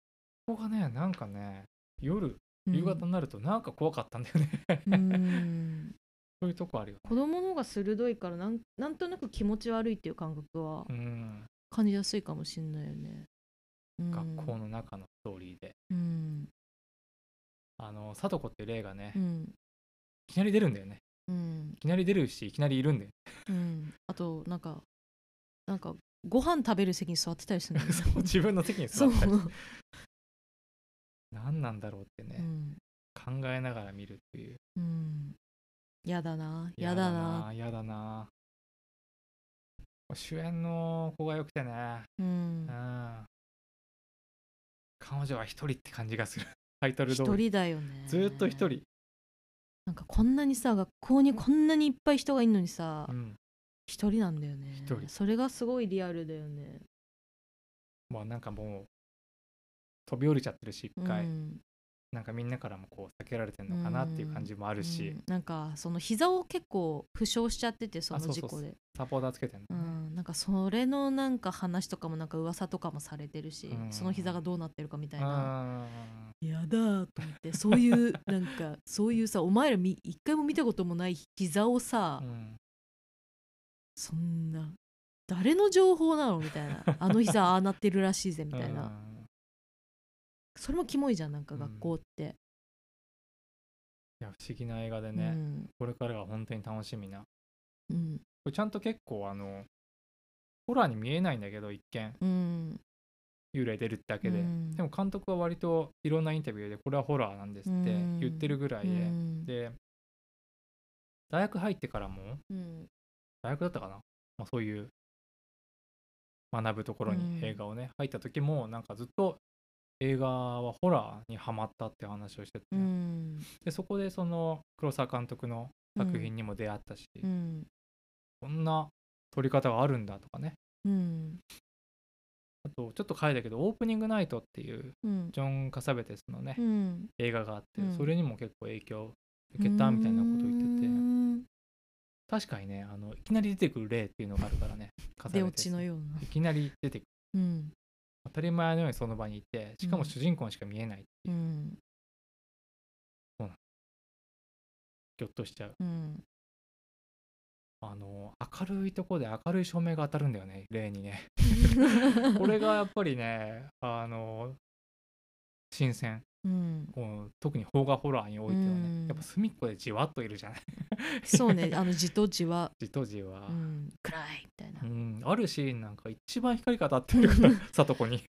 A: ここがねなんかね夜
B: うん
A: 夕方になるとなんか怖かったんだよね、
B: うん
A: そういうとこあるよね
B: 子供の方が鋭いからなんなんとなく気持ち悪いっていう感覚は
A: うん、
B: 感じやすいかもしんないよね。うん
A: 学校の中のストーリーで
B: うん
A: あの貞子っていう霊がね、
B: う
A: い
B: ん
A: きなり出るんだよね
B: うん
A: いきなり出るしいきなりいるんだよ
B: うんあとなんかなんかご飯食べる席に座ってたりするんです
A: そう自分の席に座
B: そう、
A: ったりして
B: う
A: 何なんだろうってね、
B: ん
A: 考えながら見るっていう
B: うん、やだなやだな
A: やだな主演の子がよくてね
B: うん
A: うん彼女は一人って感じがする タイトル通
B: 一
A: り
B: 人だよね
A: ずーっと一人、
B: なんかこんなにさ学校にこんなにいっぱい人がいるのにさ
A: うん、
B: 一、人なんだよね
A: 一人
B: それがすごいリアルだよね
A: もうなんかもう飛び降りちゃってるし一回、
B: うん
A: なんかみんなからもこう避けられてるのかなっていう感じもあるし、
B: うんなんかその膝を結構負傷しちゃっててそ
A: あ
B: の
A: そう
B: 事
A: そう
B: 故で
A: サポーターつけてる
B: う
A: の、ね
B: んなんかそれのなんか話とかもなんか噂とかもされてるし、
A: うん
B: その膝がどうなってるかみたいな、
A: あ
B: やだーと思ってそういうなんかそういうさお前らみ一回も見たこともない膝をさ、
A: ーうん
B: そんな誰の情報なのみ たいなあの膝ああなってるらしいぜみたいな、
A: うん
B: それもキモいじゃんなんか
A: うん
B: 学校って、
A: いや不思議な映画で
B: うん
A: ね、これからが本当に楽しみなこ
B: うん
A: れちゃんと結構あのホラーに見えないんだけど一見
B: うん
A: 幽霊出るだけで、
B: うん
A: でも監督は割といろんなインタビューでこれはホラーなんですって
B: うん
A: 言ってるぐらいで、
B: うん
A: で大学入ってからも
B: うん
A: 大学だったかな、まあ、そういう学ぶところ
B: う
A: に
B: ん
A: 映画をね、入った時もなんかずっと映画はホラーにハマったって話をしてて、
B: うん
A: でそこでその黒沢監督の作品にも出会ったし、
B: うん
A: こんな撮り方があるんだとかね
B: うん
A: あとちょっと書いたけどオープニングナイトっていう
B: うん
A: ジョン・カサベテスのね、
B: うん
A: 映画があって、
B: うん
A: それにも結構影響を受けたみたいなことを言って
B: うー
A: て
B: ん
A: 確かにねあのいきなり出てくる例っていうのがあるからね重ねて
B: 出落ちのようない
A: きなり出てくる
B: うん
A: 当たり前のようにその場にいてしかも
B: うん
A: 主人公にしか見えないっていう、
B: うん
A: ぎょっとしちゃう
B: うん
A: あの明るいとこで明るい照明が当たるんだよね例にね これがやっぱりねあの新鮮
B: うん
A: こう特に邦画ホラーにおいてはね、
B: うん
A: やっぱ隅っこでじわっといるじゃない
B: そうねあのじとじは、
A: じとじは
B: う、ん、暗いみたいな
A: うん、あるシーンなんか一番光が当たってる からさとこに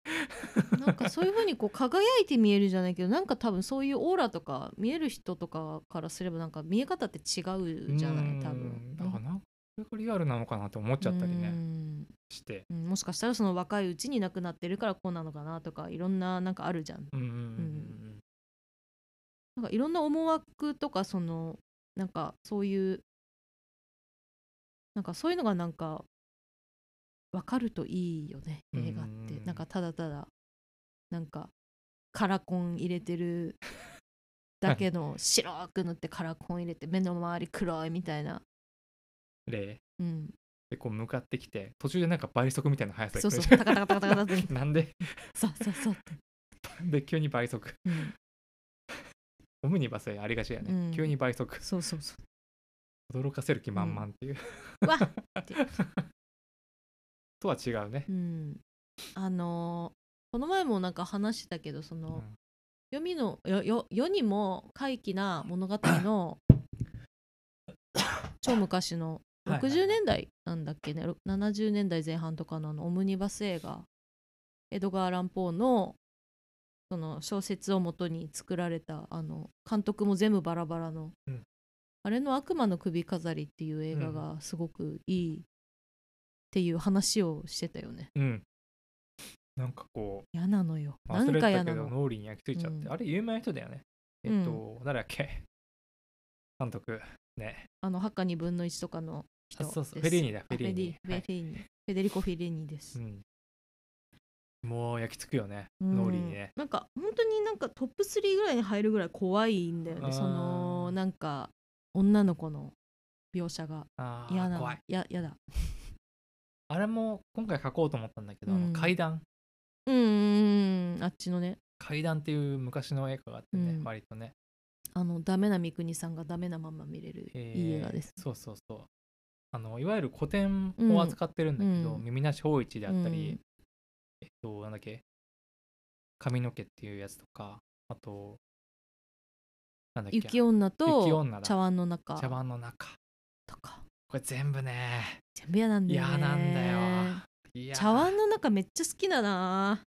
B: なんかそういうふうにこう輝いて見えるじゃないけどなんか多分そういうオーラとか見える人とかからすればなんか見え方って違うじゃない多
A: うん
B: 分。
A: だからなんかそれがリアルなのかなって思っちゃったり
B: う
A: ね
B: ん
A: して
B: うんもしかしたらその若いうちに亡くなってるからこうなのかなとかいろんななんかあるじゃん。
A: うんうんうん
B: なんかいろんな思惑とかそのなんかそういうなんかそういうのがなんか分かるといいよね映画っ
A: う
B: て
A: ん
B: なんかただただなんかカラコン入れて るだけの白く塗ってカラコン入れて目の周り黒いみたいな、
A: うん例
B: うん、
A: でこう向かってきて途中でなんか倍速みたいな速さで
B: そう
A: 来
B: そ
A: るじ
B: う
A: ゃ
B: タカタカタカタカタっ
A: ん
B: て
A: なんで
B: そうそうそうって、
A: で急に倍速
B: うん、
A: オムニバスありがちだよね、
B: うん
A: 急に倍速
B: そうそうそ
A: 驚かせる気満々っていう、
B: うわっ
A: とは違うね
B: う、ん、あのーこの前もなんか話してたけどその、
A: うん
B: 読みのよよ世にも怪奇な物語 の超昔の
A: はいはい
B: 60年代なんだっけね、ろ70年代前半とかのあのオムニバス映画エドガー・ラン・ポーのその小説をもとに作られたあの監督も全部バラバラの、
A: うん
B: あれの「悪魔の首飾り」っていう映画がすごくいいっていう話をしてたよね。
A: うんなんかこ
B: 嫌なのよ。
A: う
B: な
A: 忘
B: ん
A: れ
B: か
A: てた
B: 嫌
A: け
B: な
A: ど
B: の。
A: 脳裏に焼き付いちゃって、
B: うん
A: あれ有名な人だよねえっと、誰だっけ監督ね
B: あのハッカ2分の1とかの
A: あ
B: 人です。
A: そうそうフェリーニだフ
B: あ
A: ェリーニ
B: フェリフェリーニフェデリコ・フェリーニです。
A: はいうん、もう焼き付くよね
B: うん
A: 脳裏にね、
B: なんか本当になんかトップ3ぐらいに入るぐらい怖いんだ
A: あ
B: よ
A: ー
B: ね。そのなんか女の子の描写が
A: あ
B: 嫌
A: あ
B: な
A: 怖い
B: ややだ。
A: あれも今回書こうと思ったんだけど、あ
B: う
A: の
B: ん
A: 階段
B: うんうんうんあっちのね
A: 階段っていう昔の映画があってね、
B: うん
A: 割とね
B: あのダメな三国さんがダメなまんま見れる
A: えー
B: いい映画です。
A: そうそうそうあのいわゆる古典を扱ってるんだけど、
B: うん
A: 耳なし芳一であったり、
B: うん
A: えっとなんだっけ髪の毛っていうやつとかあとなんだっけ
B: 雪女
A: 雪
B: と
A: 女だ
B: 茶碗の中
A: 茶碗の中
B: とか
A: これ全部ね
B: 全部嫌なんだよ
A: 嫌
B: ね。
A: なんだよいやー
B: 茶碗の中めっちゃ好きだな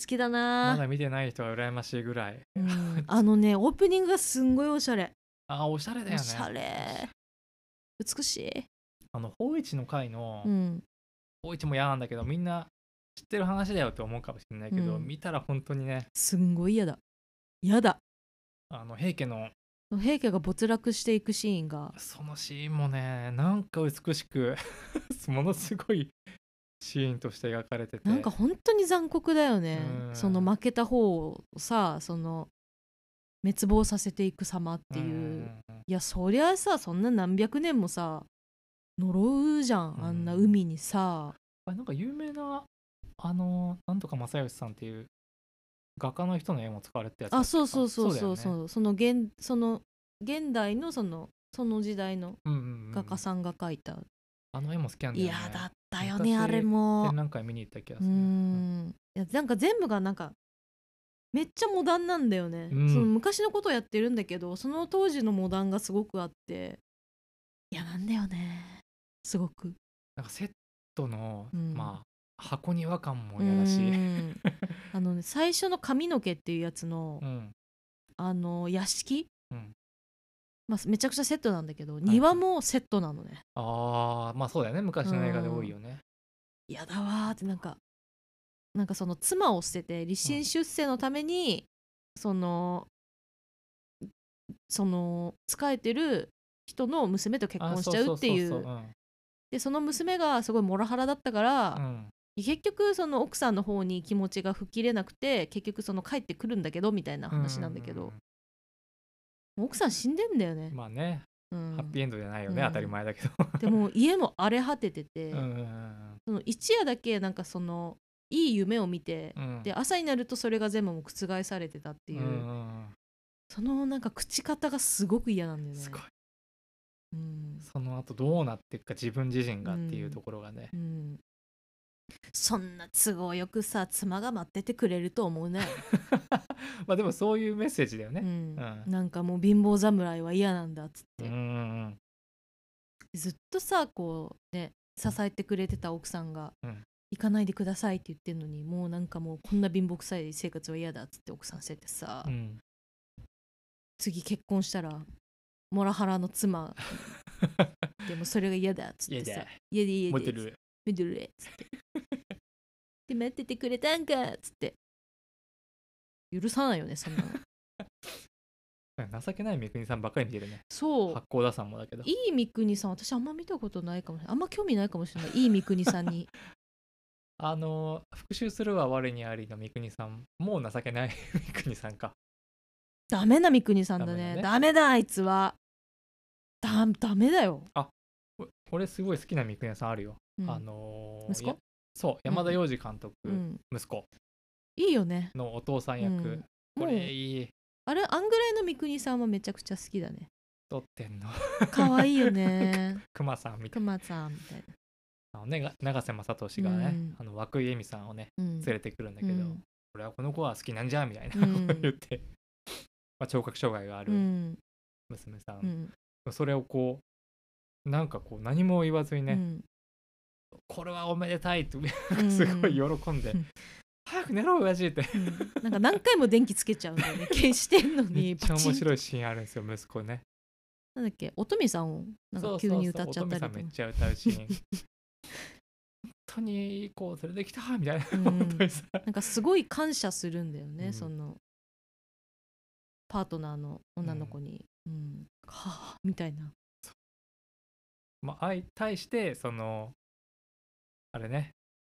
B: 好きだな
A: まだ見てない人は羨ましいぐらい
B: うんあのねオープニングがすんごいおしゃれ
A: あーおしゃれだよね
B: おしゃれ美しい、
A: あの芳一の回の
B: うん、
A: 芳一も嫌なんだけどみんな知ってる話だよって思うかもしれないけど、
B: うん
A: 見たら本当にね
B: すんごい嫌だ嫌だ
A: あの平家の
B: 平家が没落していくシーンが
A: そのシーンもねなんか美しく ものすごいシーンとして描かれてて
B: なんか本当に残酷だよね
A: うん
B: その負けた方をさその滅亡させていく様っていう、いやそりゃさそんな何百年もさ呪うじゃんあんな海にさ、
A: あなんか有名なあのなんとか正義さんっていう画家の人の絵も使われてたやつ
B: あそうそうそうそう
A: だ
B: そ
A: よ
B: う
A: ね
B: その現その現代のそのその時代の
A: うんうんうん
B: 画家さんが描いた、
A: あの絵も好きなんだ
B: い
A: よね
B: やだったよね
A: 昔
B: あれも
A: 展覧会見に行った気が
B: う
A: す
B: ー
A: る
B: んいやなんか全部がなんかめっちゃモダンなんだよね、
A: うん
B: その昔のことをやってるんだけどその当時のモダンがすごくあっていやなんだよねすごく
A: なんかセットの、
B: うん
A: まあ箱庭感もやだし
B: うー んあのね最初の髪の毛っていうやつの、
A: うん
B: あの屋敷、
A: うん
B: まあ、めちゃくちゃセットなんだけど
A: いはい
B: 庭もセットなのね、
A: あーまあそうだよね昔の映画で多いよね
B: 嫌だわーってなんかなんかその妻を捨てて立身出世のために、そのその仕えてる人の娘と結
A: あ
B: 婚し
A: そ
B: ちゃうってい
A: そうそそうん
B: でその娘がすごいモラハラだったから、
A: うん
B: 結局その奥さんの方に気持ちが吹っ切れなくて結局その帰ってくるんだけどみたいな話なんだけど、
A: う
B: もう奥さん死んでんだよね、
A: まあね、
B: うん
A: ハッピーエンドじゃないよね、
B: うん
A: 当たり前だけど
B: でも家も荒れ果ててて、
A: うんうん
B: その一夜だけなんかそのいい夢を見て
A: うんうん
B: で朝になるとそれが全部もう覆されてたっていう、
A: うんうん
B: そのなんか口方がすごく嫌なんだ
A: うん
B: よね
A: すごい
B: うん
A: その後どうなっていくか自分自身がっていうところがね
B: う、んそんな都合よくさ妻が待っててくれると思うね、
A: まあでもそういうメッセージだよ
B: う
A: ね
B: ん
A: うん
B: なんかもう貧乏侍は嫌なんだっつっ
A: う
B: て、
A: んうん
B: ずっとさこうね支えてくれてた奥さんが、
A: うん
B: 行かないでくださいって言ってるのにもうなんかもうこんな貧乏くさい生活は嫌だっつって奥さん捨ててさ、
A: うんうん
B: 次結婚したらモラハラの 妻でもそれが嫌だっつって
A: 嫌
B: さ
A: だ
B: 「嫌で嫌
A: モ
B: で」
A: デ
B: つ
A: ル
B: って「見てるっつって 「で待っててくれたんか」っつって許さないよねそん なの
A: 情けない三國さんばっかり見てるね
B: そう
A: 八甲田さんもだけど
B: いい三國さん私あんま見たことないかもしれないあんま興味ないかもしれないいい三國さんに
A: あの「復讐するは我にあり」の三國さんもう情けない 三國さんか
B: ダメな三國さんだねダ
A: ダ
B: メだあいつはだダメだよ、
A: お俺すごい好きな三國さんあるよ、
B: うん
A: あのー
B: 息子
A: いやそう山田洋次監督、
B: うん、
A: 息子
B: いいよね
A: のお父さん役、
B: うん
A: こ
B: もう
A: れいい
B: あれあんぐらいの三國さんはめちゃくちゃ好きだね
A: 撮ってんの
B: 可愛いよ ね
A: 熊さんみた
B: く
A: いな
B: まさんみたいな、
A: あのねが永瀬正敏がね、
B: うん
A: あの涌井絵美さんをね
B: うん、
A: 連れてくるんだけど、
B: うん
A: 俺はこの子は好きなんじゃみたいな
B: う
A: こ
B: ん
A: とを言って、まあ、聴覚障害があ
B: う
A: る
B: ん
A: 娘さん、
B: うん
A: それをこうなんかこう何も言わずにね、
B: うん
A: これはおめでたいって
B: うん
A: すごい喜んで、
B: うん
A: 早く寝ろ親父って
B: うんなんか何回も電気つけちゃうんだ よね消してんの
A: め
B: に
A: っちゃ面
B: パチン
A: 白いシーンあるんですよ息子ね
B: なんだっけ乙女さんをなん
A: そ
B: か
A: う
B: 急
A: そう
B: に
A: そう
B: 歌っちゃったり
A: 乙
B: と
A: 女
B: か
A: さんめっちゃ歌うシ ーン本当にいい子を連れてきたみたいな、
B: うん
A: 本当にさ
B: なんかすごい感謝するんだよね、
A: うん
B: そのパートナーの女の子に、うんはあみたいな
A: まあ相対してそのあれね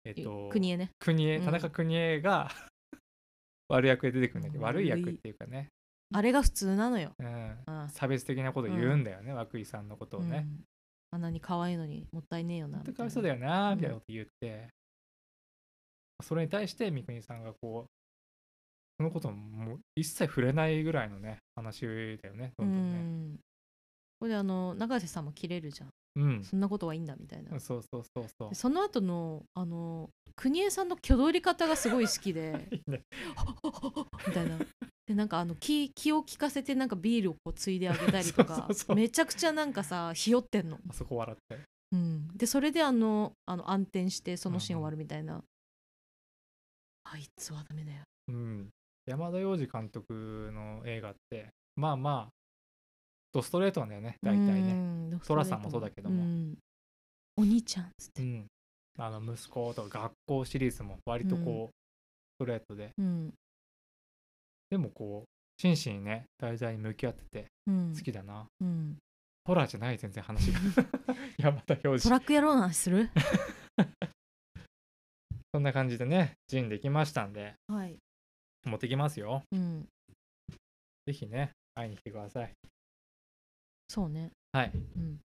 A: えっと
B: 国へね
A: 国江
B: うん
A: 田中邦衛が 悪役で出てくるんだけど、
B: うん
A: 悪い役っていうかね、
B: あれが普通なのよ
A: うん、
B: あ
A: 差別的なこと言うんだよね、涌井さんのことを
B: う
A: ね、
B: んあんなに可愛いのにもったいねえよな
A: 本当
B: み
A: かわ
B: たい
A: い
B: な
A: そうだよな
B: うん
A: みたいなこと言って、それに対して三國さんがこうそのこともう一切触れないぐらいのね話だよねど
B: うん
A: どんね
B: んこれであの永瀬さんも切れるじゃん
A: うん、
B: そんなことはいいんだみたいな
A: そうそうそうそう
B: でその後のあの国枝さんの挙動り方がすごい好き で
A: いいね
B: みたいなでなんかあの気気を利かせてなんかビールをこうついであげたりとか
A: そうそうそう
B: めちゃくちゃなんかさひよってんの、
A: あそこ笑って
B: うん、でそれであのあの暗転してそのシーン終わるみたいな、あいつはダメだよ
A: うん山田洋次監督の映画ってまあまあドストレートなんだよね大体
B: う
A: ね
B: ん
A: トラさんもそうだけども
B: うんお兄ちゃんっつっ
A: う
B: て、
A: んあの息子とか学校シリーズも割とこう、ストレートで
B: うん
A: でもこう真摯にね題材に向き合ってて
B: うん
A: 好きだな、
B: うん、
A: ホラーじゃない全然話が山田洋
B: ト
A: 次
B: ラック野郎の話 する
A: そんな感じでねジンできましたんで
B: はい、
A: 持ってきますよ
B: うん、
A: ぜひね、会いに来てください。
B: そうね
A: はい。終
B: うん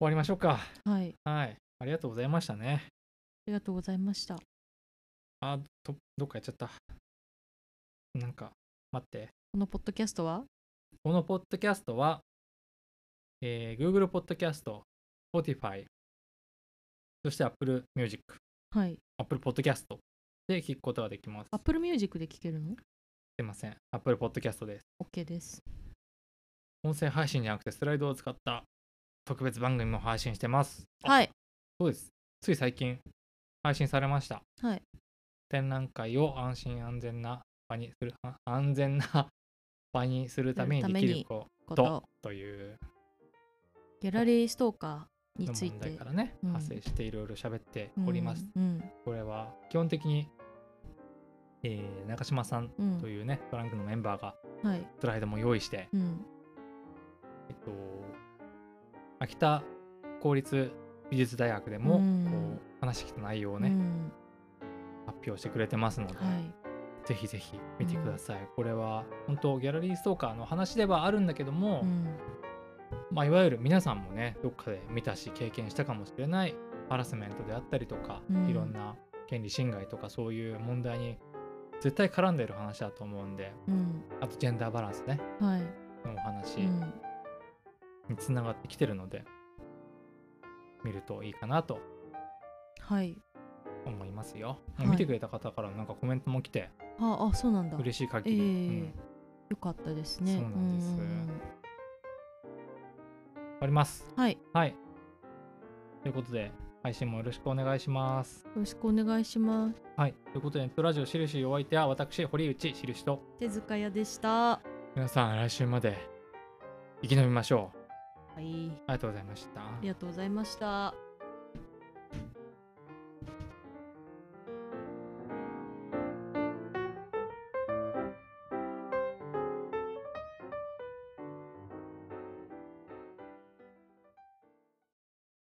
A: わりましょうか。
B: はいあ
A: はい。ありがとうございましたね。
B: りがとうございました
A: あ、どどっかやっちゃった。なんか、待って。
B: このポッドキャストは
A: このポッドキャストは、えー Google ポッドキャスト、Spotify、そして Apple Music、
B: はい
A: Apple Podcast で聞くことができます。
B: Apple Music で聴けるの
A: すいません。Apple Podcast です。
B: ?OK です
A: 音声配信じゃなくてスライドを使った特別番組も配信してます。あ
B: はい
A: そうです。つい最近配信されました。
B: はい
A: 展覧会を安心安全な場にする、あ安全な場にするためにできるこ
B: こと
A: という
B: ギャラリーストーカーに
A: の
B: つい
A: 問題
B: て
A: からね、
B: うん
A: 発生していろいろ喋っております。
B: うん
A: これは基本的に、えー中島さん
B: うん、
A: というね、トランクのメンバーが
B: うん、はい
A: スライドも用意して、
B: うん
A: えっと、秋田公立美術大学でも、
B: うん
A: こう話してきた内容をね、
B: うん
A: 発表してくれてますので、
B: はい
A: ぜひぜひ見てください。これは本当ギャラリーストーカーの話ではあるんだけども、
B: うん
A: まあ、いわゆる皆さんもねどっかで見たし経験したかもしれないハラスメントであったりとか、
B: うん
A: いろんな権利侵害とかそういう問題に絶対絡んでる話だと思うんで
B: うん
A: あとジェンダーバランスね
B: はい
A: のお話
B: う
A: に
B: ん
A: つながってきてるので、見るといいかなと
B: はい
A: 思いますよ。
B: はい
A: 見てくれた方からなんかコメントも来て
B: ああそうなんだ
A: 嬉しい限
B: え
A: り、
B: え
A: うん
B: よかったですね。
A: そうなんです
B: ううん
A: あります。
B: はい、よ
A: はい。ということで配信もよろしくお願いします。
B: ろしくお願いします。
A: はい、ということで、ネットラジオしるしお相手は私、堀内しるしと、
B: 手塚屋でした。は
A: 皆さん来週まで生き延びましょう。
B: い、
A: ありがとうございました
B: あ。りがとうございました。